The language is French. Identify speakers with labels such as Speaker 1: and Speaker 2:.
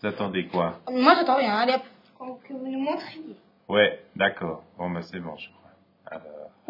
Speaker 1: Vous attendez quoi
Speaker 2: Moi, j'attends rien, allez hop.
Speaker 3: que vous nous montriez.
Speaker 1: Ouais, d'accord. Bon, bah c'est bon, je crois. Alors...